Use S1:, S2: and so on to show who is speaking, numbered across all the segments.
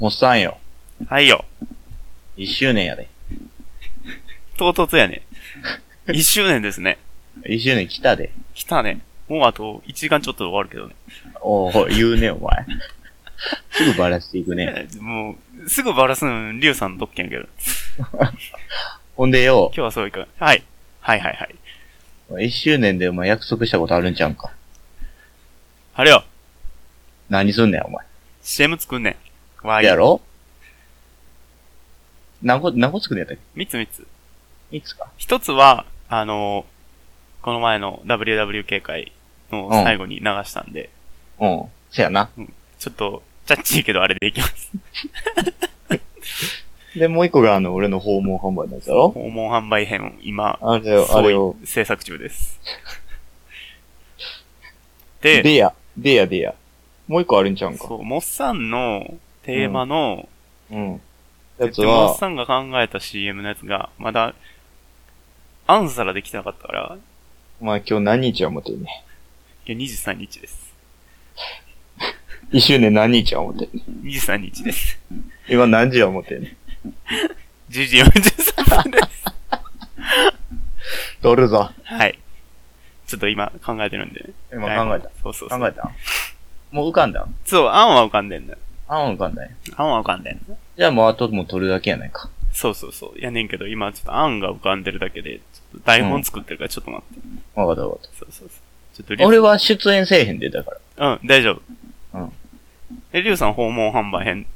S1: おっさんよ。
S2: はいよ。
S1: 一周年やで。
S2: 唐突やね。一周年ですね。
S1: 一周年来たで。
S2: 来たね。もうあと1時間ちょっとで終わるけどね。
S1: おお、言うね、お前。すぐバラしていくね。
S2: もう、すぐバラすの、リュウさんの特権やけど。
S1: ほんでよ
S2: 今、日はそういかん。はい。はいはいはい。
S1: 一周年でお前約束したことあるんちゃうんか。
S2: あれよ、
S1: 何すんねん、お前。
S2: CM 作んねん。わーい。
S1: やろ何個、何個作るんやったっ
S2: 三つ三つ。
S1: けいつか。
S2: 一つは、あのーこの前の WWK 会の最後に流したんで、
S1: うん。せやな。
S2: ちょっと、チャッチーけどあれでいきます。
S1: で、もう一個があの、俺の訪問販売のやつやろ
S2: 訪問販売編を今、
S1: あれを、あれを。
S2: 制作中です。で、
S1: でや、でやでや。もう一個あるんちゃうんか。
S2: そう、モッサンのテーマの、
S1: うん。
S2: え
S1: や
S2: っ
S1: つ
S2: とモッ
S1: は、
S2: サンが考えた CM のやつが、まだ、アンサラできてなかったから、
S1: お前今日何日や思ってんね。
S2: 今日23日です。
S1: 一周年何日や思ってんね。
S2: 23日です。
S1: 今何時や思ってんね。
S2: 10時43分です。
S1: 取るぞ。
S2: はい。ちょっと今考えてるんで、ね。
S1: 今考えた。。
S2: そうそうそう。
S1: 考えたもう浮かんだ
S2: そう、案は浮かんでんだ。
S1: あん浮かんだよ。
S2: 案は浮かんでんだ。
S1: じゃあもうあともう取るだけやないか。
S2: そうそうそう。やねんけど、今ちょっと案が浮かんでるだけで、ちょっと台本作ってるからちょっと待って。
S1: わかったわかっ
S2: そうそうそう。ちょっとリ
S1: た。
S2: ュ
S1: 俺は出演せえへんで、だから。
S2: うん、大丈夫。
S1: うん。
S2: え、リュウさん訪問販売編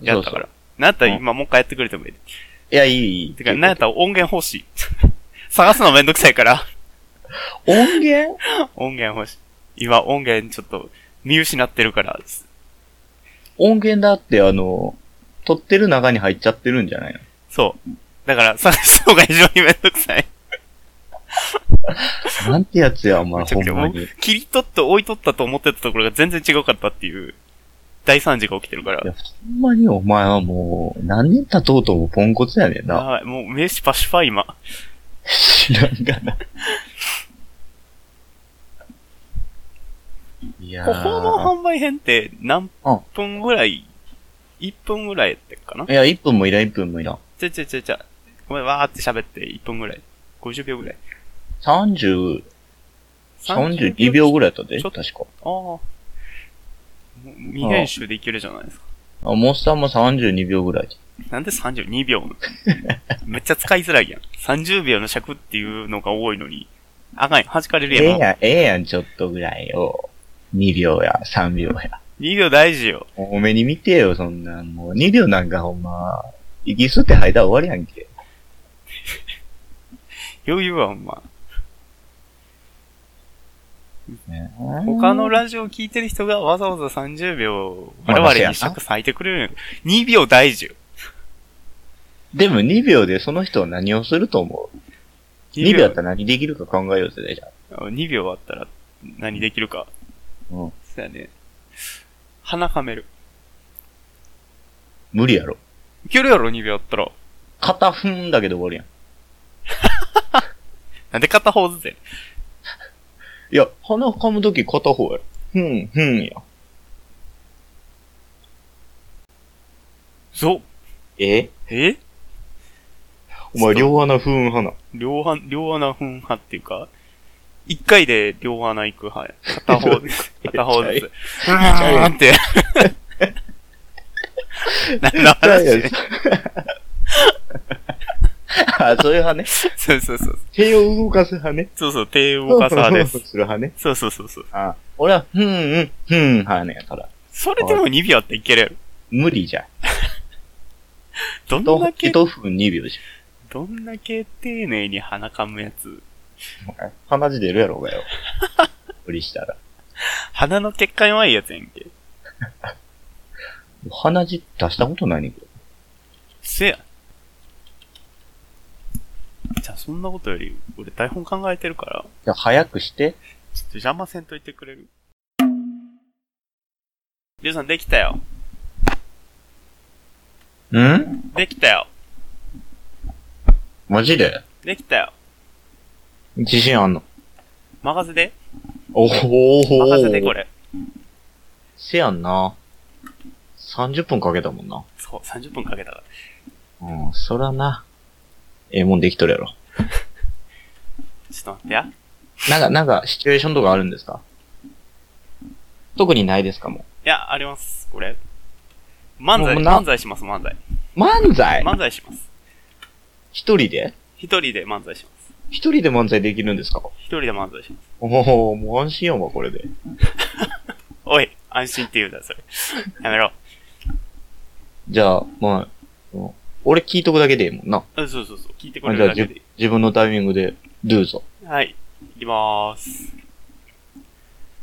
S2: やったから。
S1: そう
S2: なんやったら今もう一回やってくれてもいい。
S1: そういや、いい、いい。
S2: てか、なんやったら音源欲しい。 探すのめんどくさいから、
S1: 音源
S2: 音源欲しい。今音源ちょっと見失ってるから、
S1: 音源だって、あの、撮ってる中に入っちゃってるんじゃないの
S2: そう。だから探すのが非常にめんどくさい。
S1: なんてやつや、お前、
S2: めちゃ
S1: ほ
S2: く
S1: ん
S2: ちゃ
S1: まに。い
S2: 切り取って置いとったと思ってたところが全然違かったっていう、大惨事が起きてるから。
S1: や、ほんまにお前はもう、何年経とうともポンコツやねんな。
S2: やばいもう名刺パシファイ今。
S1: 知らんがな。いや
S2: ここ
S1: ー。
S2: の販売編って何
S1: うん
S2: 分ぐらい、1分ぐらいやってっかない
S1: や、1分もいらん、1分もいらん。
S2: ちゃちゃちゃちゃ。ごめん、わーって喋って1分ぐらい。50秒ぐらい。
S1: 30、32秒ぐらいやったで、
S2: ちょっ
S1: 確
S2: と
S1: か。
S2: ああ。もう未編集でいけるじゃないですか。
S1: あ、モンスターも32秒ぐらいで。
S2: なんで32秒 めっちゃ使いづらいやん。30秒の尺っていうのが多いのに。あかんやん。弾かれる
S1: ええ
S2: やん。
S1: やん、ええやん、ちょっとぐらいよ。2秒や、3秒や。
S2: 2秒大事よ。
S1: お目に見てよ、そんなん。もう2秒なんかほんま、息吸って吐いたら終わりやんけ。
S2: 余裕はほんま。
S1: ね
S2: 他のラジオ聞いてる人がわざわざ30秒、
S1: ま
S2: 我
S1: あ
S2: 々に尺割いてくれるの2秒大事よ。
S1: でも2秒でその人は何をすると思う ?2 秒やったら何できるか考えようぜ、じゃあ。
S2: 2秒あったら何できるか。
S1: うん。
S2: そうやね。鼻かめる。
S1: 無理やろ。
S2: いけるやろ、2秒あったら。
S1: 片ふんだけで終わりやん。
S2: なんで片方ずつやね
S1: いや、鼻噛むとき片方やろ。ふん、ふんや。
S2: そう。
S1: え
S2: え
S1: お前両鼻ふん鼻。
S2: 両鼻、両穴分派っていうか、一回で両穴行く派や。片 方ずつ、片方ずつ。うーん って。何の話やねん
S1: あ、そういう羽ね。
S2: そうそうそう。
S1: 手を動かす羽ね。
S2: そうそう、低音かさです
S1: 。する羽ね。
S2: そうそうそうそう。
S1: あ俺は、ふん、うん、ふん、はねやから。
S2: それでも2秒あっていけるやろ。
S1: 無理じゃん。
S2: どんだ
S1: と、
S2: け、
S1: 一分二秒じ
S2: どんだけ丁寧に鼻噛むやつ。
S1: ゃんお前。鼻血出るやろ、お前 よ。無理したら。
S2: 鼻の血管弱いやつやんけ。
S1: 鼻血出したことないねんけど。
S2: せや。じゃあそんなことより、俺台本考えてるから、
S1: じゃあ、早くして。
S2: ちょっと邪魔せんといてくれるりゅうさんできたよ。
S1: ん
S2: できたよ。
S1: マジで
S2: できたよ。
S1: 自信あんの
S2: 任せて。
S1: おほーほー
S2: 任せてこれ。
S1: せやんな。 30分かけたもんな。
S2: そう、30分かけたから。
S1: うん、そらな。ええもんできとるやろ。
S2: ちょっと待ってや。
S1: なんか、なんか、シチュエーションとかあるんですか特にないですかも
S2: いや、あります、これ。漫才、
S1: もうな
S2: 漫才します、漫才。
S1: う。漫才
S2: 漫才します。
S1: 一人で
S2: 一人で漫才します。
S1: 一人で漫才できるんですか
S2: 一人で漫才します。
S1: おおもう安心やわ、これで。
S2: おい、安心って言うだ、それ。やめろ。
S1: じゃあ、まあ、うん俺聞いとくだけでいいもんな。
S2: うんそうそうそう、聞いてく
S1: あ
S2: れ
S1: じゃ
S2: る
S1: あ
S2: だけで
S1: じ。自分のタイミングで、do ぞ。
S2: はい、いきまーす。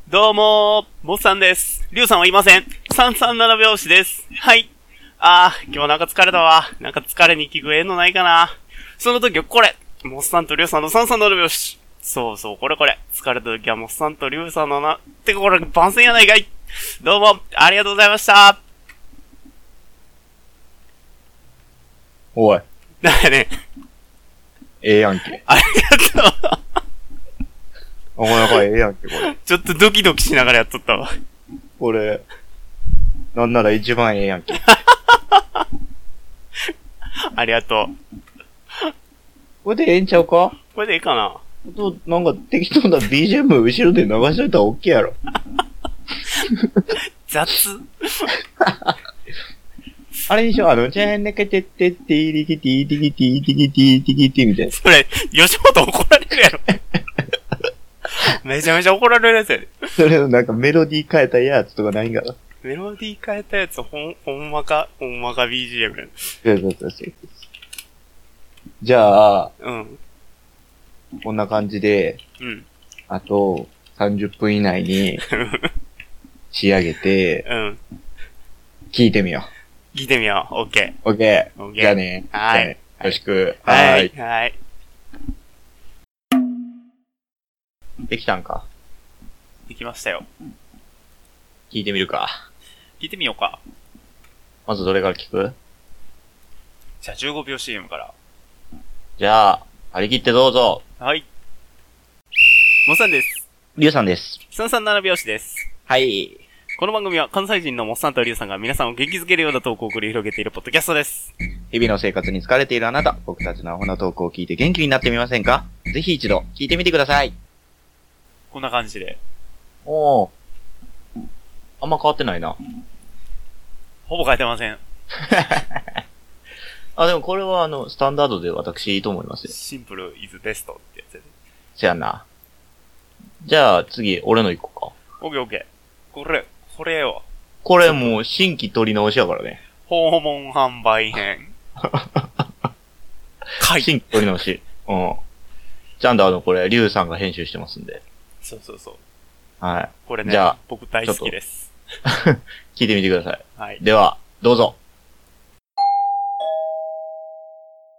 S2: どうもー、ボスさんです。りゅうさんはいません。337拍子です。はい。あー、今日なんか疲れたわ。なんか疲れに聞くええのないかな。その時はこれ。モスさんとりゅうさんの337拍子。そうそう、これこれ。疲れた時はモスさんとりゅうさんのな、ってこれ番宣やないかい。どうも、ありがとうございました。
S1: おい、
S2: だよね。
S1: ええやんけ。
S2: ありがとう。
S1: なかなかええやんけ、これ。
S2: ちょっとドキドキしながらやっとったわ。
S1: これ、なんなら一番ええやんけ。
S2: ありがと
S1: これでええんちゃうか
S2: う。これでいいかな
S1: あと、なんか適当な BGM 後ろで流しといたら OK やろ。
S2: 雑
S1: あれにしよう、あの、じゃあ、ねかてってって、いりきて、いりきて、いりきて、いりきて、みたいな。
S2: それ、吉本怒られ るやろ。めちゃめちゃ怒られるやつやで。
S1: それのなんかメロディー変えたやつとかないんかな。
S2: メロディー変えたやつ、ほん、ほんまか、ほんまか BGM や
S1: そうそうそうそう。じゃあ、
S2: な。うん。
S1: こんな感じで、
S2: うん。
S1: あと30分以内 に仕上げて、
S2: うん。
S1: 聞いてみよ
S2: 聞いてみよう。オッケ
S1: う。OK。
S2: ー。オッケー。
S1: じゃあ。ね。
S2: は
S1: じゃ
S2: い
S1: あねよろしく。
S2: は。
S1: はいい。
S2: はい。
S1: できたんか
S2: できましたよ。
S1: 聞いてみるか。
S2: 聞いてみようか。
S1: まずどれから聞く
S2: じゃあ15秒 CM から。
S1: じゃあ、張り切ってどうぞ。
S2: はい。モッサンです。
S1: りゅうさんです。
S2: 337拍子です。
S1: はい。
S2: この番組は関西人のモッサンとリュウさんが皆さんを元気づけるような投稿を繰り広げているポッドキャストです。
S1: 日々の生活に疲れているあなた、僕たちのアホなトークを聞いて元気になってみませんかぜひ一度聞いてみてください。
S2: こんな感じで。
S1: おお。あんま変わってないな。
S2: ほぼ変えてません。
S1: あ、でもこれはあの、スタンダードで私いいと思いますよ。
S2: シンプルイズベストってやつやで。
S1: せやな。じゃあ次、俺の行こうか。
S2: オッケーオッケー。これ、これよ。
S1: これもう新規取り直しやからね。
S2: 訪問販売 編。はい。
S1: 新規取り直し。うん。ちゃんとあの、これ、リュウさんが編集してますんで。
S2: そうそうそう。
S1: は
S2: これね、
S1: じゃあ
S2: 僕大好きです。
S1: い。聞いてみてください。
S2: はい。
S1: では、どうぞ。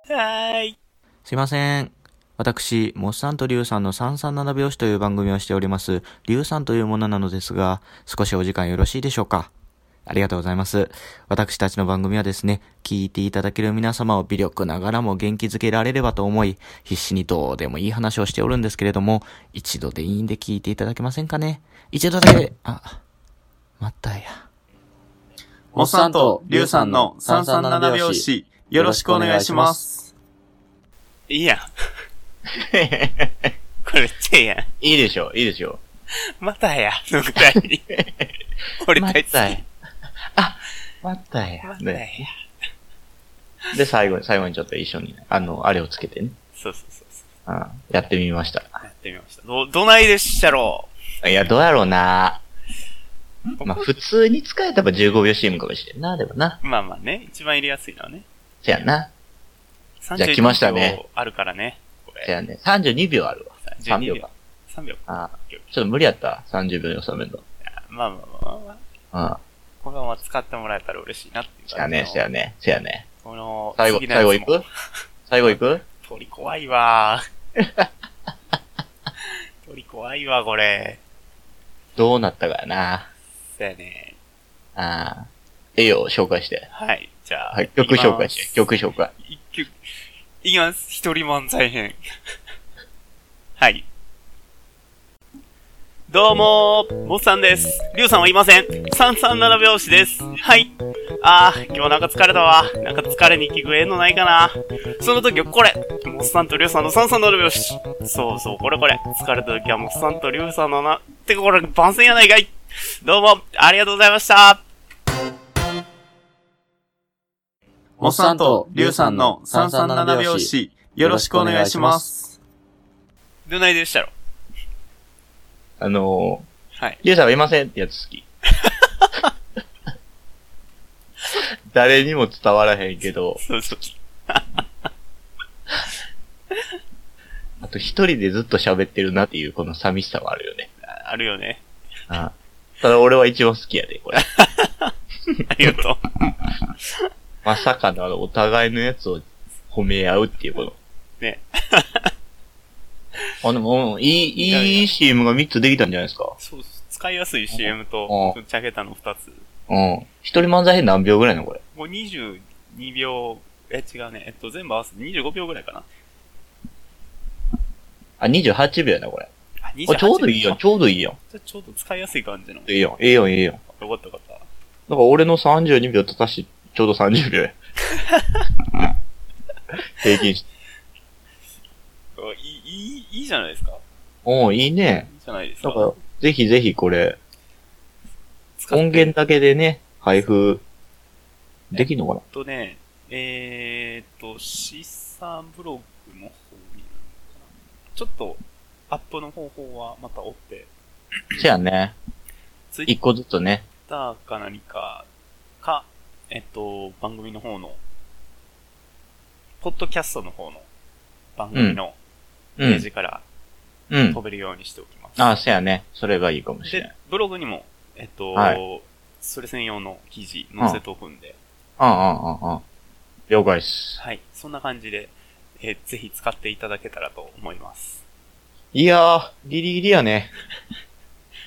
S2: はーい。
S3: すいません。私、モッサンとリュウさんの337拍子という番組をしております、リュウさんというものなのですが、少しお時間よろしいでしょうかありがとうございます。私たちの番組はですね、聞いていただける皆様を微力ながらも元気づけられればと思い、必死にどうでもいい話をしておるんですけれども、一度でいいんで聞いていただけませんかね一度だけ、あ、またや。
S2: モッサンとリュウさんの337拍子、よろしくお願いします。いい やん。これめっちゃいいやん。
S1: いいでしょう、いいでしょ
S2: またや。のくらいに。俺
S1: う。
S2: 大好き。
S1: や。あ、待ったや。
S2: またや
S1: ね。。で、最後に、最後にちょっと一緒に、あの、あれをつけてね。
S2: そうそうそうそ
S1: うん。やってみました。
S2: う。やってみました。ど、どないでっしたろ
S1: いや、どうやろうな
S2: う
S1: まあ、普通に使えたら15秒 CM かもしれんな、でもな。
S2: まあまあね、一番入れやすいのはね。
S1: せやな。
S2: 31
S1: じゃあ来ましたね
S2: 秒あるからね。こ
S1: せ
S2: れ。
S1: やね。32秒あるわ。3
S2: 32
S1: 秒
S2: 秒
S1: か。。
S2: 3秒。
S1: ああちょっと無理やった。30秒に収めるの。
S2: まあまあまあまあ。
S1: うん。
S2: これはまあ使ってもらえたら嬉しいなっていう
S1: せや
S2: 感じの。
S1: ね、せやね、せやね。
S2: この、
S1: 最後、
S2: 次のや
S1: 最
S2: つも
S1: 後いく最後いく
S2: 鳥怖いわー。 鳥怖いわ、これ。
S1: どうなったかやな。
S2: そうやね。
S1: ああ。ええよ、紹介して。
S2: はい。じゃあ。
S1: はい、曲紹介して。曲
S2: 紹
S1: 紹介。
S2: 介。一曲。いきます。一人漫才編。はい。どうもー、もっさんです。りゅうさんはいません。337拍子です。はい。あー、今日なんか疲れたわ。なんか疲れに効くええのないかな。その時はこれ。もっさんとりゅうさんの337拍子。そうそう、これこれ。疲れた時はもっさんとりゅうさんのな、ってかこれ番宣やないかい。どうも、ありがとうございました。
S3: モッサンとリュウさんの337拍子、よろしくお願いします。
S2: どないでしたろ
S1: あの
S2: はい。
S1: ー、リュウさんはいませんってやつ 好き。誰にも伝わらへんけど、
S2: そうそう。
S1: あと一人でずっと喋ってるなっていうこの寂しさはあるよね。
S2: あるよね。
S1: あただ俺は一番好きやで、こ れ。
S2: ありがとう。
S1: まさかのあの、お互いのやつを褒め合うっていうこと。
S2: ね。
S1: あ、でも、うんいい、
S2: いやい
S1: いい CM が3つできたんじゃないですか。
S2: そうそう使いやすい CM と、
S1: う
S2: ぶっちゃけたの2つ。
S1: うん。一人漫才編何秒ぐらいのこれ。
S2: もう22秒、え、違うね。えっと、全部合わせて25秒ぐらいかな。
S1: あ、28秒やな、これ。
S2: あ、28
S1: あ、ちょうどいいよ、
S2: あ
S1: ちょうどいいよ。
S2: じゃあちょうど使いやすい感じの。よ
S1: いいよ、ええよ、ええよ。だか
S2: かったよかった。
S1: ら俺の32秒と足して、ちょうど30秒や。 平均し
S2: あいい、いい、いいじゃないですか。
S1: おういいね。
S2: いいじゃないですか。
S1: だから、ぜひぜひこれ、
S2: 使って
S1: 音源だけでね、配布、できんのかな
S2: えっとね、えー、っと、資産ブログの方になるのかな。ちょっと、アップの方法はまた追って、
S1: せやね。
S2: ツイ
S1: 一
S2: ッ
S1: 個ずつね。
S2: ターか何か、か、えっと、番組の方の、ポッドキャストの方の番組の
S1: う
S2: ペー
S1: ん。
S2: ジから
S1: うん
S2: 飛。べるようにしておきます。
S1: あ、せやね。それがいいかもしれん
S2: で。、ブログにも、えっと、
S1: は
S2: それ専用の記事載せておくんで、
S1: うんうんうんうん。了解っす。
S2: はい、そんな感じで、えーぜひ使っていただけたらと思います。
S1: いやー、ギリギリやね。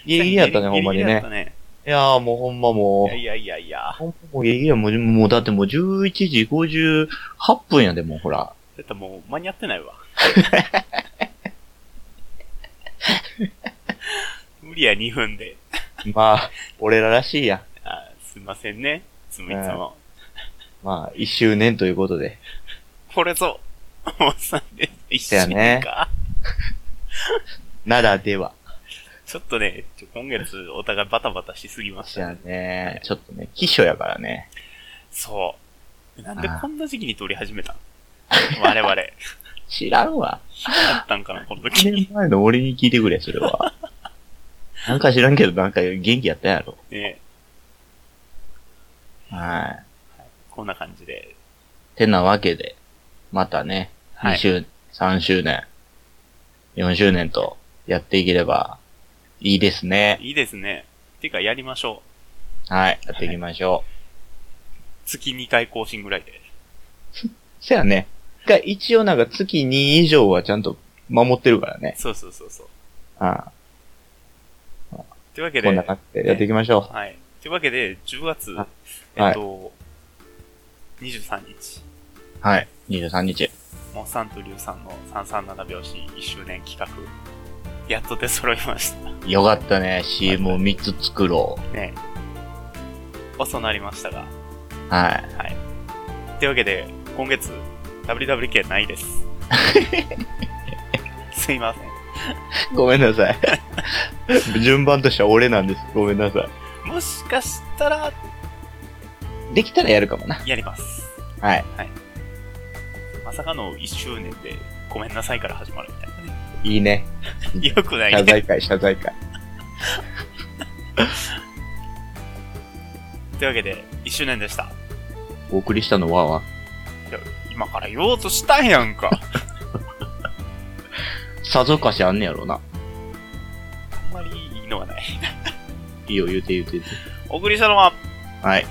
S1: ギリギリやったね、ほんまに
S2: ギリギリや
S1: ね
S2: った。ね。
S1: いやー、もうほんま
S2: い
S1: も
S2: や
S1: う。
S2: いやいやいや。
S1: ほんまもうギリギリや、もう、もうだってもう11時58分やで、もうほら。
S2: だってもう間に合ってない わ。無理や、2分で。
S1: まあ、 俺ららしいや。
S2: あすいませんね。いつもいつも。
S1: まあ、1周年ということで。
S2: これぞ、おっさんです。 一
S1: だよ
S2: 緒
S1: ね
S2: か。
S1: ならでは。
S2: ちょっとね、ちょ今月お互いバタバタしすぎまし
S1: じゃ
S2: た
S1: あ。ね、ちょっとね、秘書やからね。
S2: そう。なんでこんな時期に撮り始めたの我々。
S1: 知らんわ。
S2: 暇だったんかな、この時
S1: 1。年前の俺に聞いてくれ、それは。 なんか知らんけど、なんか元気やったやろ。
S2: ね、
S1: はい。
S2: こんな感じで。
S1: てなわけで、またね、
S2: は
S1: 2
S2: い。
S1: 周、3周年、4周年とやっていければいいですね。
S2: いいですね。てか、やりましょう。
S1: はい、やっていきましょ
S2: 月2回更新ぐらいで。
S1: う。せやね。が一応なんか月2以上はちゃんと守ってるからね。
S2: そうそうそうそう。
S1: あ
S2: というわけ
S1: あ
S2: で、
S1: こんな感じでやっていきましょう。
S2: はい。というわけで、10月
S1: あ、
S2: えっと、23日、
S1: はい。23日。
S2: モンサンとリュウさんの337拍子1周年企画、やっと出揃いました。
S1: よかったね。CM を3つ作ろ
S2: ね。遅なりましたが。
S1: う。はい。
S2: というわけで、今月、WWK な いです。すいません。
S1: ごめんな さい。順番としては俺なんです。ごめんなさ
S2: もしかしたら、
S1: い。できたらやるかもな。
S2: やります。
S1: はい。
S2: まさかの1周年で、ごめんなさいから始まるみたいなね。
S1: いいね。
S2: よくない
S1: 謝
S2: ね。
S1: 罪会、謝罪会。
S2: というわけで、1周年でした。
S1: お送りしたのはは、
S2: いや今から言おうとしたんやんか。
S1: さぞかしあんねやろうな。
S2: あんまりいいのがない。
S1: いいよ、言うて言うて言うて。
S2: お送りしたのは、
S1: はい。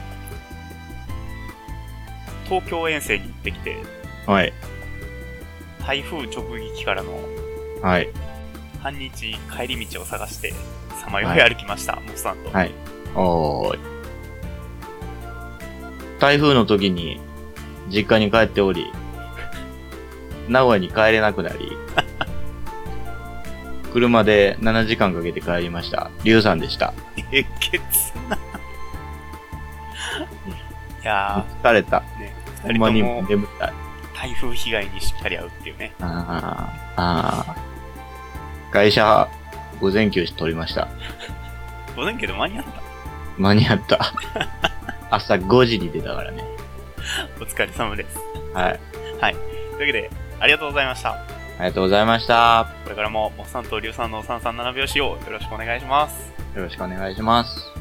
S2: 東京遠征に行ってきて、
S1: はい。
S2: 台風直撃からの
S1: はい。
S2: 半日帰り道を探して、さまよい歩きました、モスさんと。
S1: はいおーい。台風の時に実家に帰って おり、名古屋に帰れなくなり、 車で7時間かけて帰りました。リュウさんでした。
S2: えけつな。いや
S1: 疲れた。
S2: ー、ね、
S1: ほ
S2: 二
S1: んま
S2: 人
S1: に
S2: と
S1: も
S2: も
S1: 眠たい。
S2: 台風被害にしっかり合うっていうね。
S1: ああ、ああ。会社、午前休止取りました。
S2: 午前けど間に合った。
S1: 間に合 った。朝5時に出たからね。
S2: お疲れ様です。
S1: はい。
S2: というわけで、ありがとうございました。
S1: ありがとうございました。
S2: これからも、もっさんとりゅうさんの337拍子をよろしくお願いします。
S1: よろしくお願いします。